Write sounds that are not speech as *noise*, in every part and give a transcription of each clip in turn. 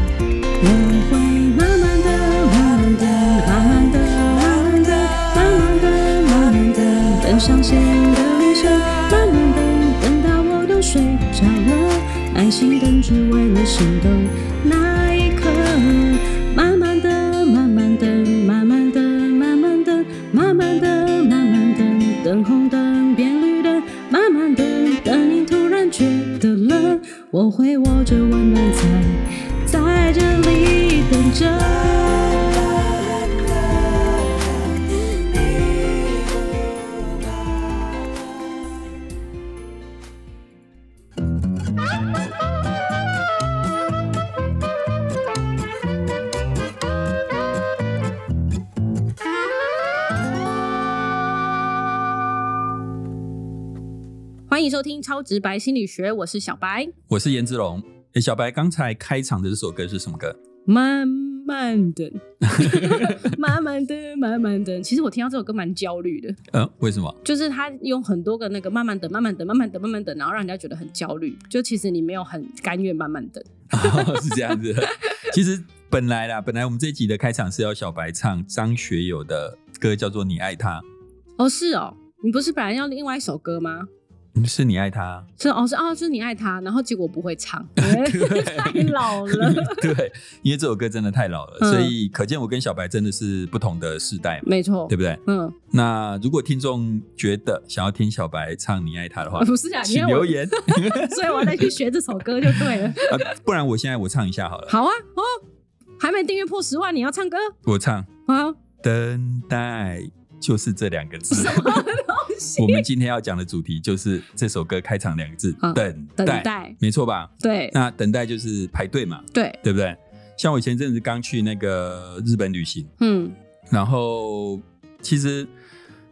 我会慢慢的、慢慢的、慢慢的、慢慢的、慢慢的、慢慢的奔上线的旅程，慢慢的等到我都睡着了，耐心等只为了心动那一刻。慢慢的、慢慢的、慢慢的、慢慢的、慢慢的、慢慢的，等红灯变绿灯，慢慢的等你突然觉得冷，我会握着温暖在。在这里等着。欢迎收听《超直白心理学》，我是小白。我是颜志龙。诶，小白，刚才开场的这首歌是什么歌？慢慢的， *laughs* 慢慢的，慢慢的。其实我听到这首歌蛮焦虑的，呃，为什么？ *laughs* 就是他用很多个那个慢慢的、慢慢的、慢慢的、慢慢的，然后让人家觉得很焦虑。就其实你没有很甘愿慢慢的，哦是这样子。其实本来啦，本来我们这一集的开场是要小白唱张学友的歌，叫做《你爱他哦，是哦，你不是本来要另外一首歌吗？》，是你爱他。 *laughs* 是哦，是哦，就是你爱他，然后结果不会唱，哎太老了。对，因为这首歌真的太老了，嗯所以可见我跟小白真的是不同的世代嘛，没错，对不对？嗯，那如果听众觉得想要听小白唱《你爱他》的话，不 *laughs* 是啊，因请为我留，言、 *laughs* 所以我再去学这首歌就对了。啊，不然我现在我唱一下好了，好啊，哦，还没订阅破十万，你要唱歌我唱啊？等待就是这两个字。东西 *laughs* 我们今天要讲的主题就是这首歌开场两个字嗯“等等待”，待，没错吧？对那等待就是排队嘛，对，对不对？像我前阵子刚去那个日本旅行，嗯然后其实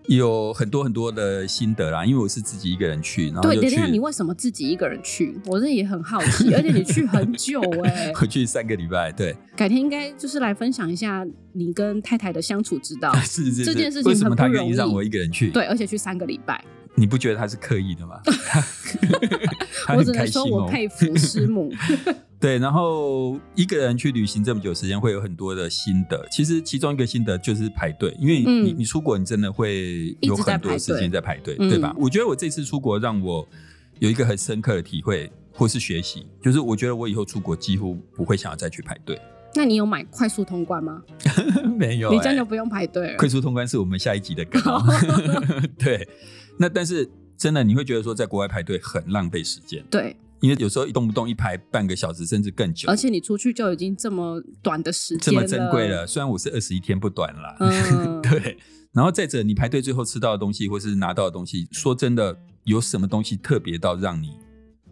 有很多很多的心得啦，因为我是自己一个人去，然后对。就等一去下，你为什么自己一个人去？我这也很好奇，而且你去很久哎、 *laughs* 我去三个礼拜，对，改天应该就是来分享一下你跟太太的相处之 *laughs* 道。是是是。哦这件事情为什么很他不愿意容让易我一个人去？对，，而且去三个礼拜，你不觉得他是刻意 *laughs* 的吗？ *laughs* 他我很只能开心说哦。我佩服师 *laughs* 母。对，然后一个人去旅行这么久时间，会有很多的心得。其实其中一个心得就是排队，因为你、嗯你你出国，你真的会有很多时间在排队，嗯对吧？我觉得我这次出国让我有一个很深刻的体会，或是学习，就是我觉得我以后出国几乎不会想要再去排队。那你有买快速通关吗？ *laughs* 没有、你这样欸 *laughs* 就不用排队了快。速通关是我们下一集的梗 *laughs* 哦、 *laughs* 对，那但是真的你会觉得说，在国外排队很浪费时间，对，因为有时候动不动一排半个小时甚至更久而。且你出去就已经这么短的时这间了，么珍贵了，虽然我是二十一天不短啦，，嗯对，然后再者，你排队最后吃到的东西或是拿到的东西，说真的，有什么东西特别到让你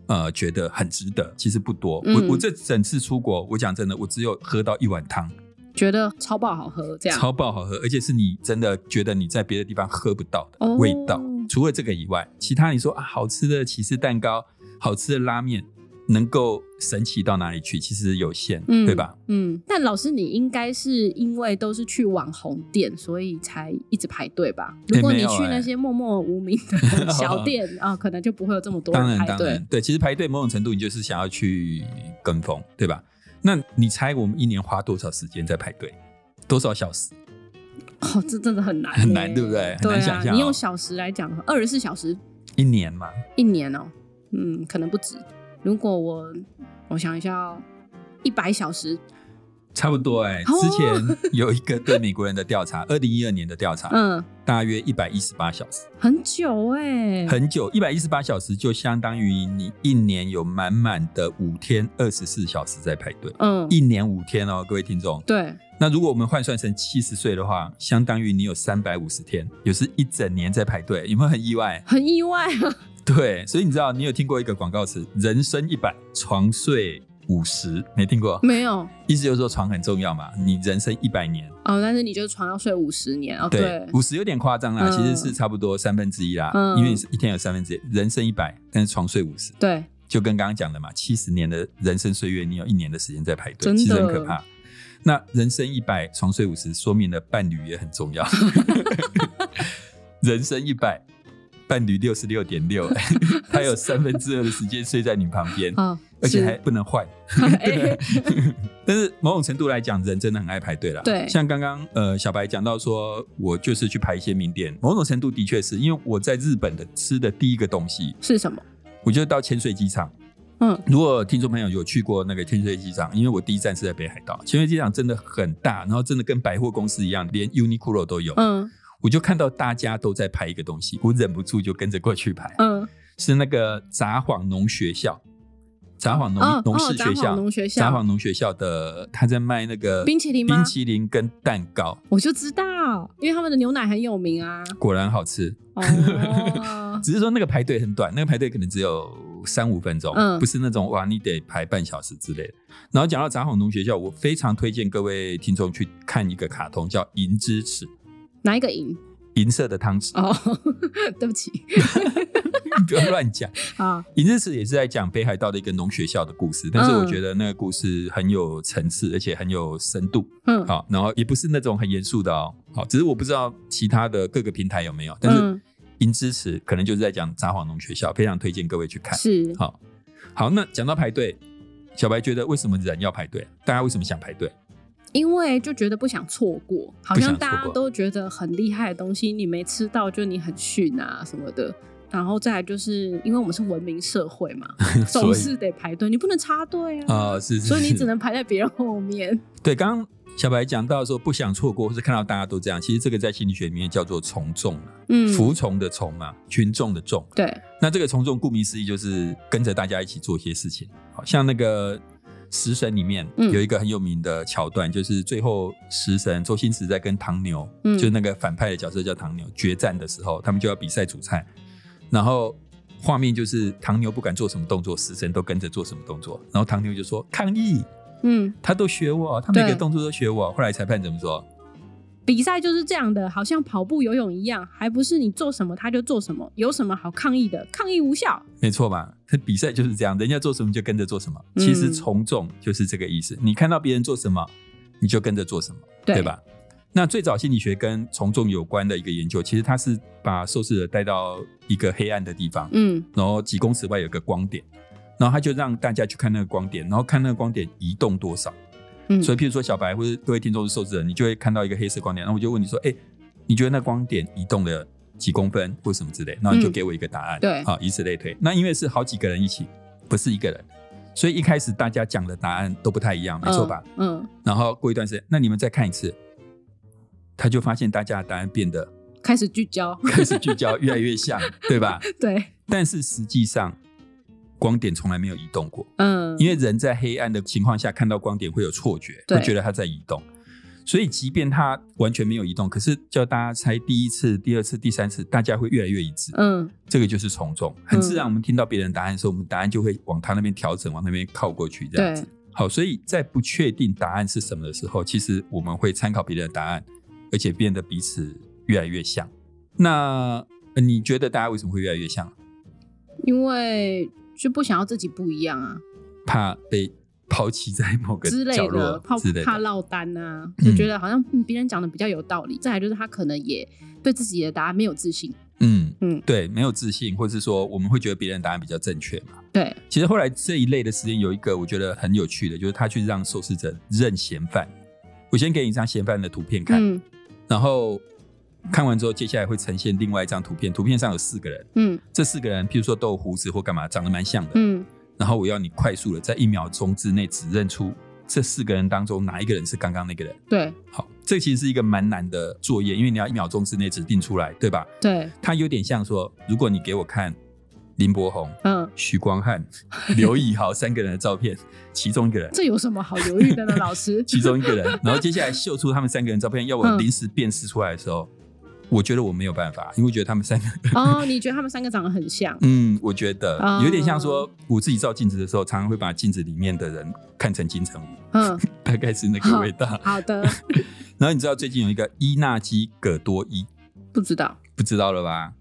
呃觉得很值得？其实不多。嗯我我这整次出国，我讲真的，我只有喝到一碗汤，觉得超爆好喝，这样 *laughs* 超爆好喝，而且是你真的觉得你在别的地方喝不到的哦味道。除了这个以外，其他你说啊，好吃的起司蛋糕、好吃的拉面，能够神奇到哪里去？其实有限，嗯对吧？嗯，但老师，你应该是因为都是去网红店，所以才一直排队吧？诶如果你没有去诶那些默默无名 *laughs* 的小店啊、可能就不会有这么多当人然，排当队然。，对，其实排队某种程度你就是想要去跟风，对吧？那你猜我们一年花多少时间在排队？多少小时？哦，这真的很难耶，很难对不对很对难啊，想象哦你用小时来讲，二十四小时一年嘛，一年哦，嗯，可能不止。如果我我想一下哦，一百小时，差不多哎、哦之前有一个对美国人的调查，二零一二年的调查，嗯，大约一百一十八小时，很久哎、很久。一百一十八小时就相当于你一年有满满的五天二十四小时在排队，嗯，一年五天哦，各位听众。对，那如果我们换算成七十岁的话，相当于你有三百五十天，也是一整年在排队，有没有很意外？很意外啊。 *laughs* 对，所以你知道，你有听过一个广告词“人生一百，床睡五十”，没听过？没有意思就是说床很重要嘛，你人生一百年，哦，但是你就是床要睡五十年哦，对，五十有点夸张啦，嗯其实是差不多三分之一啦，嗯因为你是一天有三分之一，人生一百，但是床睡五十，对，就跟刚刚讲的嘛，七十年的人生岁月，你有一年的时间在排真队，的其实很可怕。那人生一百，床睡 *laughs* 五十，说明了伴侣也很重要。人生一百，伴侣六十六点六， *laughs* 他有三分之二的时间睡在你旁边，啊，而且是还不啊能坏。 *laughs* 哎但是某种程度来讲，人真的很爱排队啦。对像刚刚呃小白讲到说，我就是去排一些名店，某种程度的确是因为我在日本的吃的第一个东西，是什么？我就到千岁机场。嗯，如果听众朋友有去过那个千岁机场，因为我第一站是在北海道，千岁机场真的很大，然后真的跟百货公司一样，连 Uniqlo 都有。嗯我就看到大家都在排一个东西，我忍不住就跟着过去排，嗯，是那个札幌农学校，札幌农、哦农哦事札学幌校，农学札校幌农学校的他在卖那个冰淇淋吗冰淇淋跟蛋糕，我就知道，因为他们的牛奶很有名啊。果然好吃。 *laughs* 哦，只是说那个排队很短，那个排队可能只有三五分钟，嗯不是那种哇你得排半小时之类的。然后讲到札幌农学校，我非常推荐各位听众去看一个卡通叫《银之匙》，哪一个赢？银色的 *laughs* 汤匙，哦，对不起不要乱讲。啊， 《银之匙》也是在讲北海道的一个农学校的故事，但是嗯我觉得那个故事很有层次，而且很有深度。嗯好，然后也不是那种很严肃的哦。好，只是我不知道其他的各个平台有没有，但是《嗯银之匙》可能就是在讲札幌农学校，非常推荐各位去看。是好，好，那讲到排队，小白觉得为什么人要排队？大家为什么想排队？ *laughs* 因为就觉得不想错过，好不想像错过大家都觉得很厉害的东西，你没吃到就你很逊啊什么的。然后再来就是因为我们是文明社会 *laughs* 嘛，所以总是得排队，你不能插队啊，啊、是是，所以你是只能排在别人后面。对。刚刚小白讲到说不想错过，或是看到大家都这样，其实这个在心理学里面叫做从众啊嗯，服从的从嘛，群众的众。对，那这个从众，顾名思义就是跟着大家一起做一些事情。好像那个食神里面嗯有一个很有名的桥段，就是最后食神周星驰在跟唐牛，嗯就是那个反派的角色叫唐牛决战的时候，他们就要比赛煮菜，然后。画面就是唐牛不敢做什么动作，食神都跟着做什么动作，然后唐牛就说抗议，嗯，他都学我，他每个对动作都学我。后来裁判怎么说？比赛就是这样的，好像跑步、游泳一样，还不是你做什么他就做什么，有什么好抗议的？抗议无效。没错吧？这比赛就是这样，人家做什么就跟着做什么。其实从众就是这个意思，你看到别人做什么，你就跟着做什么，对吧？那最早心理学跟从众有关的一个研究，其实它是把受试者带到一个黑暗的地方，嗯然后几公尺外有个光点，然后他就让大家去看那个光点，然后看那个光点移动多少。嗯，所以，譬如说小白或者各位听众是受试者，你就会看到一个黑色光点，然后我就问你说：“哎、你觉得那光点移动了几公分或什么之类？”然后你就嗯给我一个答案，对好，以此类推。那因为是好几个人一起，不是一个人，所以一开始大家讲的答案都不太一样，没错吧？嗯？嗯，然后过一段时间，那你们再看一次，他就发现大家的答案变得。开始聚焦 *laughs* 开始聚焦，越来越像，对吧？对，但是实际上，光点从来没有移动过。嗯，因为为人在黑暗的情况下看到光点会有错觉，对会觉得它在移动。所以，即便它完全没有移动，可是叫大家猜第一次、第二次、第三次，大家会越来越一致。嗯这个就是从众，很自然。嗯我们听到别人答案的时候，我们答案就会往他那边调整，往那边靠过去，这样子对。好，所以在不确定答案是什么的时候，其实我们会参考别人的答案，而且变得彼此越来越像。那呃你觉得大家为什么会越来越像？因为就不想要自己不一样啊怕被抛弃在某个之类角的，落怕之类的，怕落单啊，嗯就觉得好像嗯别人讲的比较有道理。再来就是他可能也对自己的答案没有自信。嗯嗯嗯，对，没有自信，或是说我们会觉得别人答案比较正确嘛。对，其实后来这一类的实验有一个我觉得很有趣的，就是他去让受试者认嫌犯。我先给你一张嫌犯的图片看，嗯然后看完之后，接下来会呈现另外一张图片，图片上有四个人，嗯这四个人譬如说都有胡子或干嘛，长得蛮像的。嗯然后我要你快速的在一秒钟之内指认出这四个人当中哪一个人是刚刚那个人。对好，这其实是一个蛮难的作业，因为你要一秒钟之内指定出来，对吧？对，它有点像说，如果你给我看林柏宏、嗯，许光汉、刘以豪三个人的照片，其中一个 *laughs* 人，这有什么好犹豫的呢？老师， *laughs* 其中一个人，然后接下来秀出他们三个人照片，要我嗯临时辨识出来的时候，我觉得我没有办法，因为我觉得他们三个，哦，你觉得他们三个长得很像？ *laughs* 嗯，我觉得哦有点像说，我自己照镜子的时候，常常会把镜子里面的人看成金城武，嗯，大概是那个味道。好的，然后你知道最近有一个伊纳基葛多伊，不知道。不知道了吧？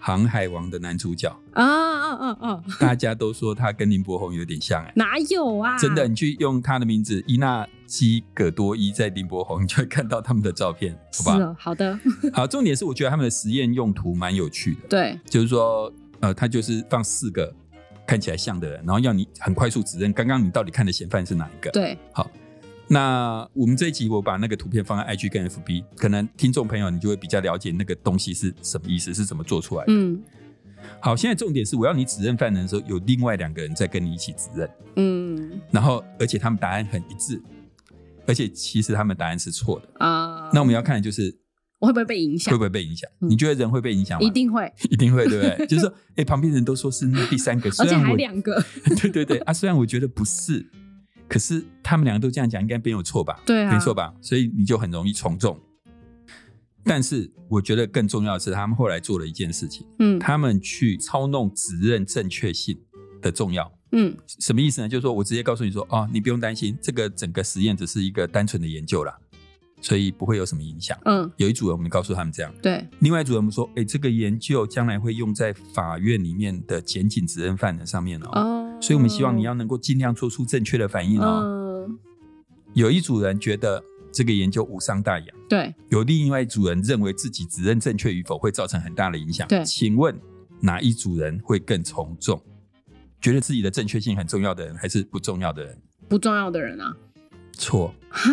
航海王》的男 *laughs* 主角，啊啊啊啊！大家都说他跟林柏宏有点像哎、哪有啊？真的，你去用他的名字伊纳基葛多伊在林柏宏，你就会看到他们的照片，好是吧？哦，好的，好，重点是我觉得他们的实验用途蛮有趣的，对，就是说，呃，他就是放四个看起来像的人，然后要你很快速指认刚刚你到底看的嫌犯是哪一个。对，那我们这一集我把那个图片放在 IG 跟 FB，可能听众朋友你就会比较了解那个东西是什么意思，是怎么做出来的。嗯好，现在重点是我要你指认犯人的时候，有另外两个人在跟你一起指认，嗯然后而且他们答案很一致，而且其实他们答案是错的。啊。那我们要看的就是我会不会被影响会？不会被影响？嗯你觉得人会被影响吗？一定会，一定会，对不对？ *laughs* 就是说，哎、旁边人都说是那第三个，而虽且然还我两个。 *laughs* 对对对啊，虽然我觉得不是，可是他们两个都这样讲，应该没有错吧？对啊没错吧？所以你就很容易从众。但是我觉得更重要的是，他们后来做了一件事情，嗯他们去操弄指认正确性的重要。嗯什么意思呢？就是说我直接告诉你说，哦，你不用担心，这个整个实验只是一个单纯的研究啦，所以不会有什么影响。嗯，有一组人我们告诉他们这样，对，另外一组人我们说，哎，这个研究将来会用在法院里面的检警指认犯人上面哦。哦，所以我们希望你要能够尽量做出正确的反应哦。嗯，有一组人觉得这个研究无伤大雅，对，有另外一组人认为自己指认正确与否会造成很大的影响。对请问哪一组人会更从众？觉得自己的正确性很重要的人，还是不重要的人？不重要的人啊，错，哈，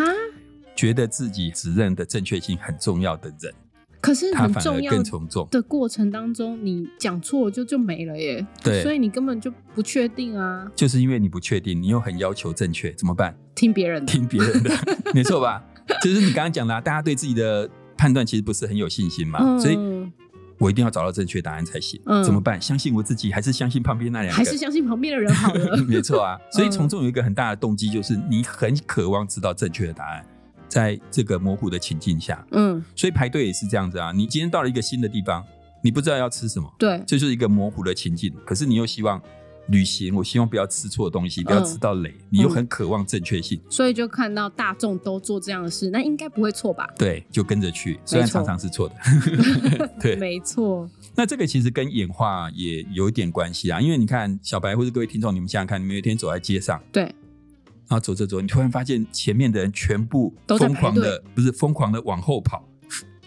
觉得自己指认的正确性很重要的人，可是他很反而重要更从众。的过程当中，你讲错了就就没了耶，对所以你根本就不确定啊，就是因为你不确定，你又很要求正确，怎么办？听别人的，听别 *laughs* 人的，没错吧？就是你刚刚讲的、啊，大家对自己的判断其实不是很有信心嘛，所以嗯我一定要找到正确答案才行。嗯怎么办？相信我自己，还是相信旁边那两个？还是相信旁边的人嗯好了， *laughs* 没错啊。所以从中有一个很大的动机，就是你很渴望知道正确的答案，在这个模糊的情境下，嗯，所以排队也是这样子啊。你今天到了一个新的地方，你不知道要吃什么，对，这就是一个模糊的情境。可是你又希望旅行，我希望不要吃错东西，不嗯要吃到雷，你又很渴望正确性，所以就看到大众都做这样的事，那应该不会错吧？对，就跟着去。虽然没错常常 *laughs* 是错的，对。没错，那这个其实跟演化也有一点关系啊，因为你看小白或是各位听众，你们想想看，你们有一天走在街上，对，然后走着走，你突然发现前面的人全部都在疯排队狂的，不是疯狂的往后跑。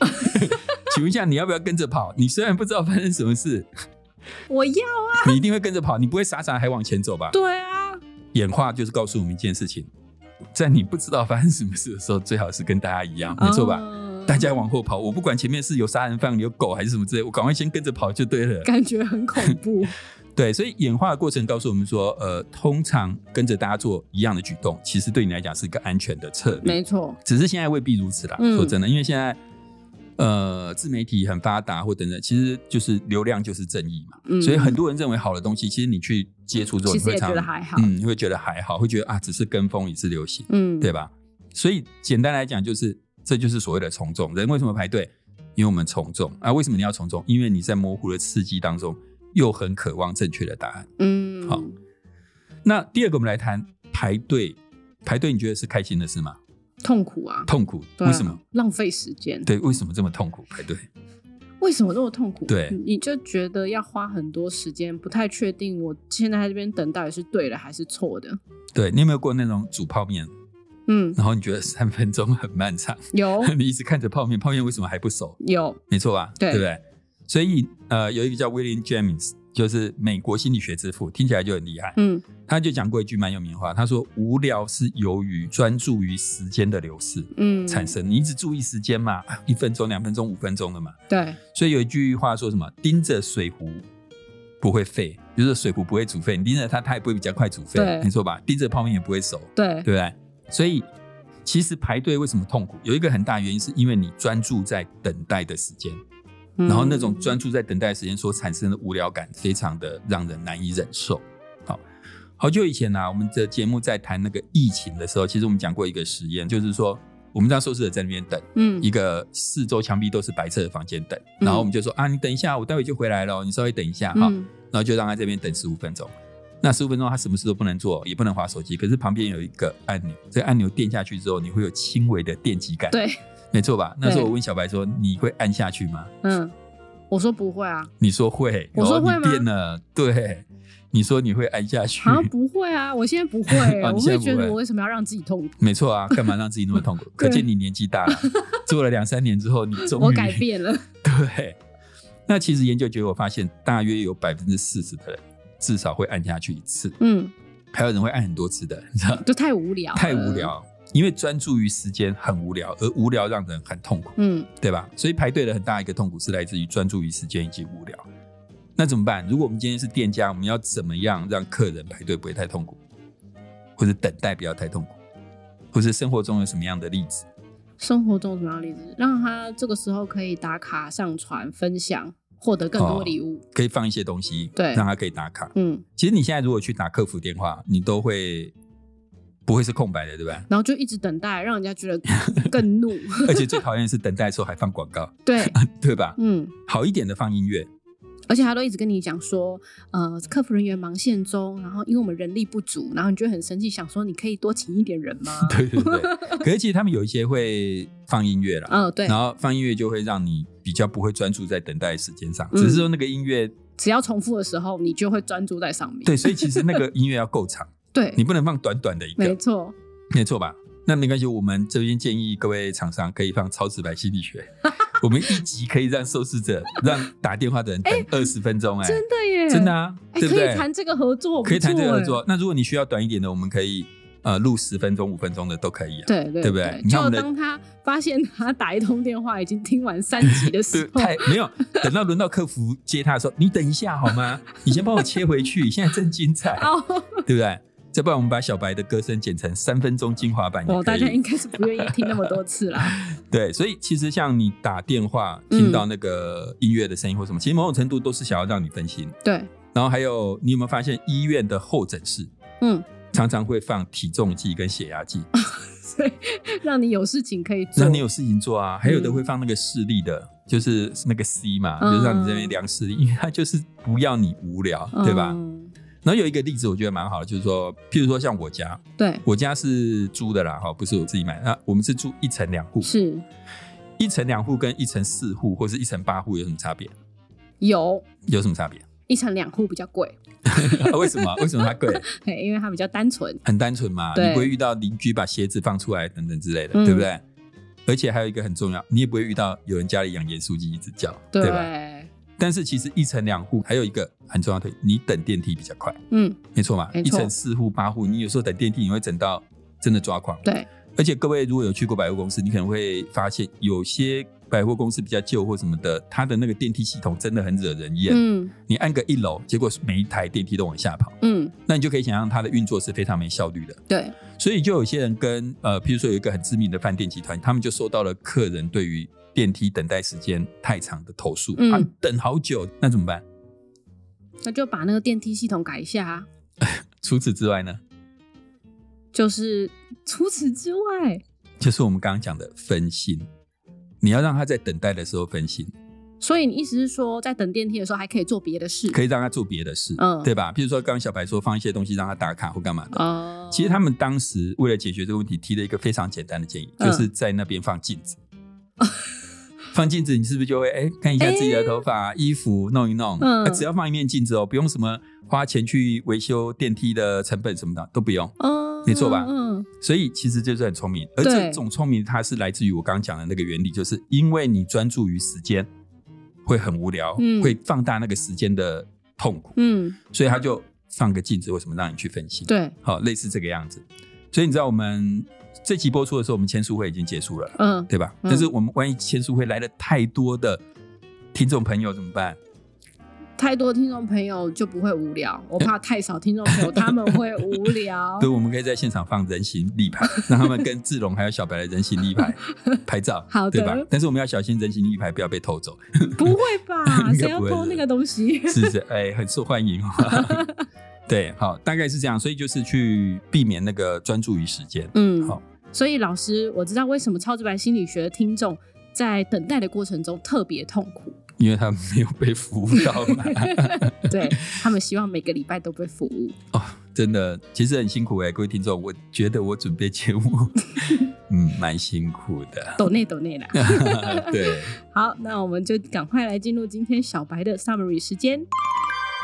*laughs* 请问一下，你要不要跟着跑？你虽然不知道发生什么事，我要啊， *laughs* 你一定会跟着跑，你不会傻傻还往前走吧？对啊，演化就是告诉我们一件事情，在你不知道发生什么事的时候，最好是跟大家一样，没错吧？嗯大家往后跑，我不管前面是有杀人犯、有狗还是什么之类，我赶快先跟着跑就对了。感觉很恐 *laughs* 怖，对，所以演化的过程告诉我们说，呃，通常跟着大家做一样的举动，其实对你来讲是一个安全的策略。没错，只是现在未必如此啦。嗯说真的，因为现在呃自媒体很发达或等等，其实就是流量就是正义嘛。嗯所以很多人认为好的东西，其实你去接触之后，其你实会也常觉得还好，嗯，你会觉得还好，会觉得啊，只是跟风也是流行，嗯，对吧？所以简单来讲，就是这就是所谓的从众。人为什么排队？因为我们从众啊。为什么你要从众？因为你在模糊的刺激当中，又很渴望正确的答案。嗯，好那第二个，我们来谈排队。排队，你觉得是开心的事吗？痛苦啊，痛苦？对啊为什么？？浪费时间，对，为什么这么痛苦排队？为什么这么痛苦？对你就觉得要花很多时间，不太确定我现在在这边等到底是对的还是错的。对你有没有过那种煮泡面，嗯，然后你觉得三分钟很漫长， *laughs* 有你一直看着泡面，泡面为什么还不熟？有，没错吧？对不对？所以呃，有一个叫 William James，就是美国心理学之父，听起来就很厉害。嗯他就讲过一句蛮有名的话，他说：“无聊是由于专注于时间的流逝嗯，产生，你一直注意时间嘛，啊一分钟、两分钟、五分钟的嘛。”对，所以有一句话说什么“盯着水壶不会沸”，就是水壶不会煮沸，你盯着它，它也不会比较快煮沸对，没错吧？盯着泡面也不会熟，对，对不对？所以其实排队为什么痛苦，有一个很大原因是因为你专注在等待的时间，嗯然后那种专注在等待的时间所产生的无聊感，非常的让人难以忍受。好，好久以前呢、我们的节目在谈那个疫情的时候，其实我们讲过一个实验，就是说我们让受试者在那边等。嗯一个四周墙壁都是白色的房间等，嗯然后我们就说啊，你等一下，我待会就回来了，你稍微等一下哈、嗯然后就让他这边等十五分钟。那十五分钟他什么事都不能做，也不能划手机，可是旁边有一个按钮，这个按钮电下去之后，你会有轻微的电击感，对，没错吧？那时候对我问小白说，你会按下去吗？嗯我说不会 *laughs* 啊，你说会，我说然后会你吗变了，对，你说你会挨下去，好像不会啊，我现在不会欸、哦我你现会在不觉会得我为什么要让自己 *laughs* 痛苦？ *laughs* 没错啊，干嘛让自己那么痛 *laughs* 苦？可对见你年纪大了，做了两三年之后，你终于我改。变 *laughs* 了，对，那其实研究结果发现，大约有百分之四十的人至少会按下去一次，嗯，还有人会按很多次的，你知道，就太无聊，太无，呃聊，因为专注于时间很无聊，而无聊让人很痛苦，嗯，对吧？所以排队的很大一个痛苦是来自于专注于时间以及无聊。那怎么办？如果我们今天是店家，我们要怎么样让客人排队不会太痛苦，或者等待不要太痛苦，或是生活中有什么样的例子？生活中有什么样的例子，让他这个时候可以打卡、上传、分享，获得更多哦礼物，可以放一些东西，对让他可以打卡。嗯，？其实你现在如果去打客服电话，你都会不会是空白的，对吧 *laughs* 然后就一直等待，让人家觉得更 *laughs* 怒，而且最讨厌的是等待的时候还放广告，对，对吧？嗯，好一点的放音乐，而且他都一直跟你讲说，呃，客服人员忙线中，然后因为我们人力不足，然后你就会很生气，想说你可以多请一点人吗？对对对。可是其实他们有一些会放音乐啦，嗯、对然，后放音乐就会让你比较不会专注在等待的时间上，嗯只是说那个音乐只要重复的时候，你就会专注在上面，对，所以其实那个音乐要够 *laughs* 长，对你不能放短短的一没个，错，没错吧？那没关系，我们这边建议各位厂商可以放超直白心 *laughs* 理学，我们一集可以让受试者让打电话的人等二十分钟、哎、真的耶，真的啊，哎、对不可对？以谈这个合作，可以谈这个合不错作。那如果你需要短一点的，我们可以呃录十分钟、五分钟的都可以哎，啊。对对对对不对你看我就们的当他发现他打一通电话已经听完三集的对时候，太没有，等到轮到客服接他的时候，你等一下好吗？你先帮我切回去，现在正精彩，哦，对不对？再不然我们把小白的歌声剪成三分钟精华版也哦，大可家应以。该是不愿意听那么多次 *laughs* 啦，对，所以其实像你打电话嗯听到那个音乐的声音或什么，其实某种程度都是想要让你分心。对，然后还有，你有没有发现医院的候诊室嗯，哦常常会放体重计跟血压计？所以让你有事情可以做，让你有事情做啊。还有的嗯会放那个视力的，就是那个 C 嘛，嗯就是让你这边量视力，因为它就是不要你无聊，对吧？嗯然后有一个例子我觉得蛮好的，就是说，譬如说像我家，对，我家是租的啦，哈，不是我自己买。那我们是住一层两户，是一层两户跟一层四户或是一层八户有什么差别？有有什 *laughs* 么差别？啊一层两户比较贵，为什么？为什么它贵？嘿，因为它比较单纯，很单纯嘛，对你不会遇到邻居把鞋子放出来等等之类的，嗯对不对？而且还有一个很重要，你也不会遇到有人家里养盐酥鸡一直叫，对，吧？但是其实一层两户还有一个很重要的，你等电梯比较快，嗯，没错嘛？没一错层四户八户，你有时候等电梯你会等到真的抓狂。对，而且各位如果有去过百货公司，你可能会发现有些百货公司比较旧或什么的，它的那个电梯系统真的很惹人厌。嗯你按个一楼，结果每一台电梯都往下跑，嗯，那你就可以想象它的运作是非常没效率的。对，所以就有些人跟呃，譬如说有一个很知名的饭店集团，他们就收到了客人对于电梯等待时间太长的投诉，嗯啊，等好久，那怎么办？那就把那个电梯系统改一下啊。除此之外呢，就是除此之外，就是我们刚刚讲的分心，你要让他在等待的时候分心，所以你意思是说，在等电梯的时候还可以做别的事？可以，以让他做别的事，嗯对吧？譬如说刚刚小白说放一些东西让他打卡或干嘛的。哦，其实他们当时为了解决这个问题，提了一个非常简单的建议，嗯就是在那边放镜子。放镜子，你是不是就会哎、看一下自己的头发、衣服弄一弄？哎嗯啊只要放一面镜子哦，不用什么花钱去维修电梯的成本什么的都不用。哦，没错吧嗯，所以其实就是很聪明，而对这种聪明它是来自于我刚刚讲的那个原理，就是因为你专注于时间，会很无聊，嗯会放大那个时间的痛苦，嗯，所以他就放个镜子，为什么让你去分析？，对，好，类似这个样子。所以你知道我们这期播出的时候，我们签书会已经结束了，嗯，对吧？嗯但是我们万一签书会来了太多的听众朋友怎么办？太多听众朋友就不会无聊，我 *laughs* 怕太少听众朋友他们会无聊所以。我们可以在现场放人形 *laughs* 立牌，让他们跟志龙还有小白的人形立牌拍照， *laughs* 好的对吧？但是我们要小心人形立牌不要被偷走，不会 *laughs* 吧？应该谁要不会啊偷的那个东西？是不是？哎，很受欢迎哦。对，好，大概是这样，所以就是去避免那个专注于时间。 *laughs* 嗯，好。所以老师，我知道为什么超直白心理学的听众在等待的过程中特别痛苦，因为他们没有被服务到嘛， *laughs* 对他们希望每个礼拜都被服务。欸 *laughs* 真的，其实很辛苦哎、各位听众，我觉得我准备节目嗯，蛮辛苦的。抖内抖内啦。对，好，那我们就赶快来进入今天小白的 summary 时间。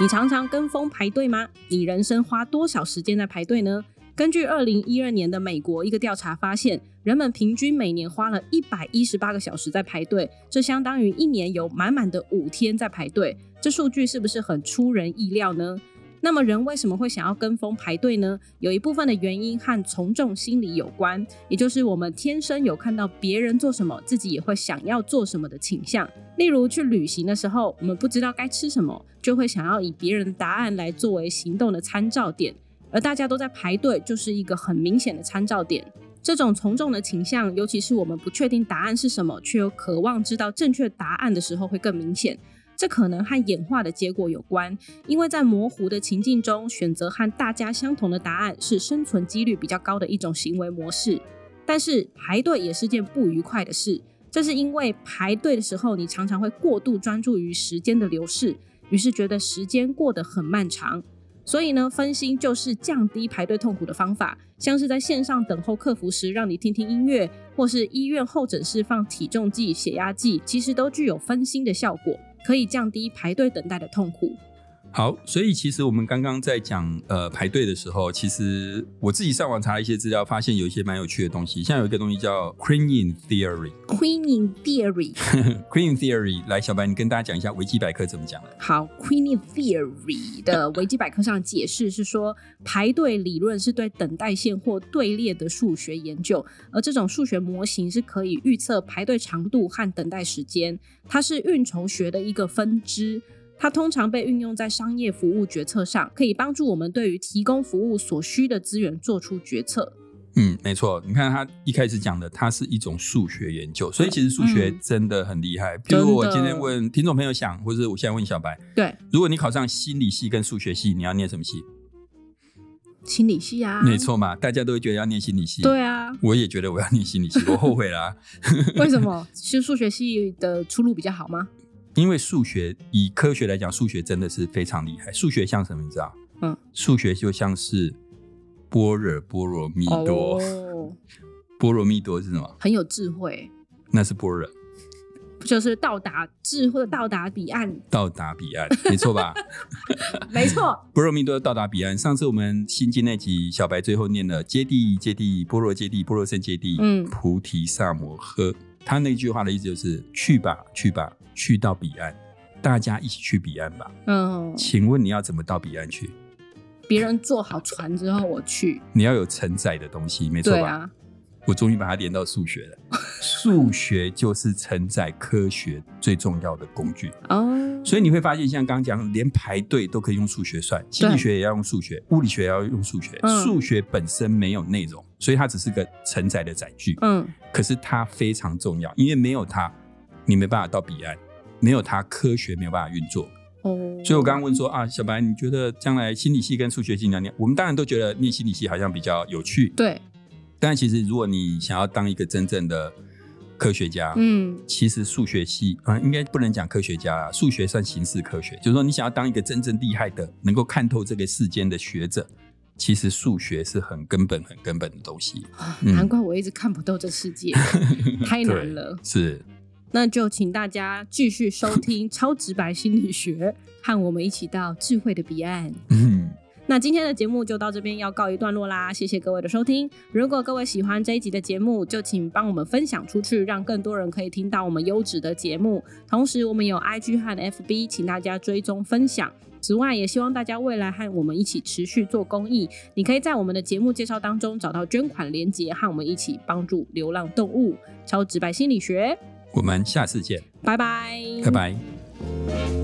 你常常跟风排队吗？你人生花多少时间在排队呢？根据二零一二年的美国一个调查发现，人们平均每年花了一百一十八个小时在排队，这相当于一年有满满的五天在排队。这数据是不是很出人意料呢？那么人为什么会想要跟风排队呢？有一部分的原因和从众心理有关，也就是我们天生有看到别人做什么，自己也会想要做什么的倾向。例如去旅行的时候，我们不知道该吃什么，就会想要以别人的答案来作为行动的参照点，而大家都在排队，就是一个很明显的参照点。这种从众的倾向，尤其是我们不确定答案是什么，却又渴望知道正确答案的时候，会更明显。这可能和演化的结果有关，因为在模糊的情境中，选择和大家相同的答案是生存几率比较高的一种行为模式。但是排队也是件不愉快的事，这是因为排队的时候，你常常会过度专注于时间的流逝，于是觉得时间过得很漫长。所以呢，分心就是降低排队痛苦的方法，像是在线上等候客服时，让你听听音乐，或是医院候诊室放体重计、血压计，其实都具有分心的效果，可以降低排队等待的痛苦。好，所以其实我们刚刚在讲呃排队的时候，其实我自己上网查了一些资料，发现有一些蛮有趣的东西。像有一个东西叫 Queening Theory，Queening Queen in theory， Theory，来，小白，你跟大家讲一下维基百科怎么讲啊的？好，Queen in theory 的维基百科上解释是说，排队理论是对等待线或队列的数学研究，而这种数学模型是可以预测排队长度和等待时间，它是运筹学的一个分支。它通常被运用在商业服务决策上，可以帮助我们对于提供服务所需的资源做出决策。嗯，没错，你看他一开始讲的，它是一种数学研究，所以其实数学嗯真的很厉害。比如我今真的天问听众朋友想，或者我现在问小白，对，如果你考上心理系跟数学系，你要念什么系？心理系啊，没，错嘛，大家都会觉得要念心理系。对啊，我也觉得我要念心理系，我后悔啦、为什么？ *laughs* 是数学系的出路比较好吗？因为数学以科学来讲，数学真的是非常厉害。数学像什么？你知道？嗯，数学就像是般若波罗蜜多。哦，波罗蜜多是什么？很有智慧，那是般若就是到达智慧，到达彼岸，到达彼岸，没错吧？没 *laughs* 错，波罗蜜多到达彼岸。上次我们新经那集，小白最后念了“揭谛，揭谛，般若揭谛，般若圣揭谛，嗯菩提萨摩诃”。他那句话的意思就是：去吧，去吧，去到彼岸，大家一起去彼岸吧。嗯，请问你要怎么到彼岸去？别人坐好船之后我去，你要有承载的东西，没错对吧？啊，我终于把它连到 *laughs* 数学了。数学就是承载科学最重要的工具，哦，所以你会发现，像刚刚讲，连排队都可以用数学算，心理学也要用数学，物理学也要用数学。嗯数学本身没有内容，所以它只是个承载的载具。嗯，可是它非常重要，因为没有它，你没办法到彼岸；没有它，科学没有办法运作。哦，所以我刚刚问说啊，小白，你觉得将来心理系跟数学系哪念？我们当然都觉得念心理系好像比较有趣，对，但其实如果你想要当一个真正的科学家，嗯，其实数学系啊、呃应该不能讲科学家啦，数学算形式科学，就是说你想要当一个真正厉害的，能够看透这个世间的学者，其实数学是很根本、很根本的东西，嗯啊难怪我一直看不透这世 *laughs* 界，太难了。是。那就请大家继续收听《超直白心理学》，和我们一起到智慧的彼岸。嗯那今天的节目就到这边要告一段落啦，谢谢各位的收听。如果各位喜欢这一集的节目，就请帮我们分享出去，让更多人可以听到我们优质的节目。同时，我们有 IG 和 FB，请大家追踪分享。此外，也希望大家未来和我们一起持续做公益。你可以在我们的节目介绍当中找到捐款链接，和我们一起帮助流浪动物。超直白心理学，我们下次见，拜拜，拜。拜。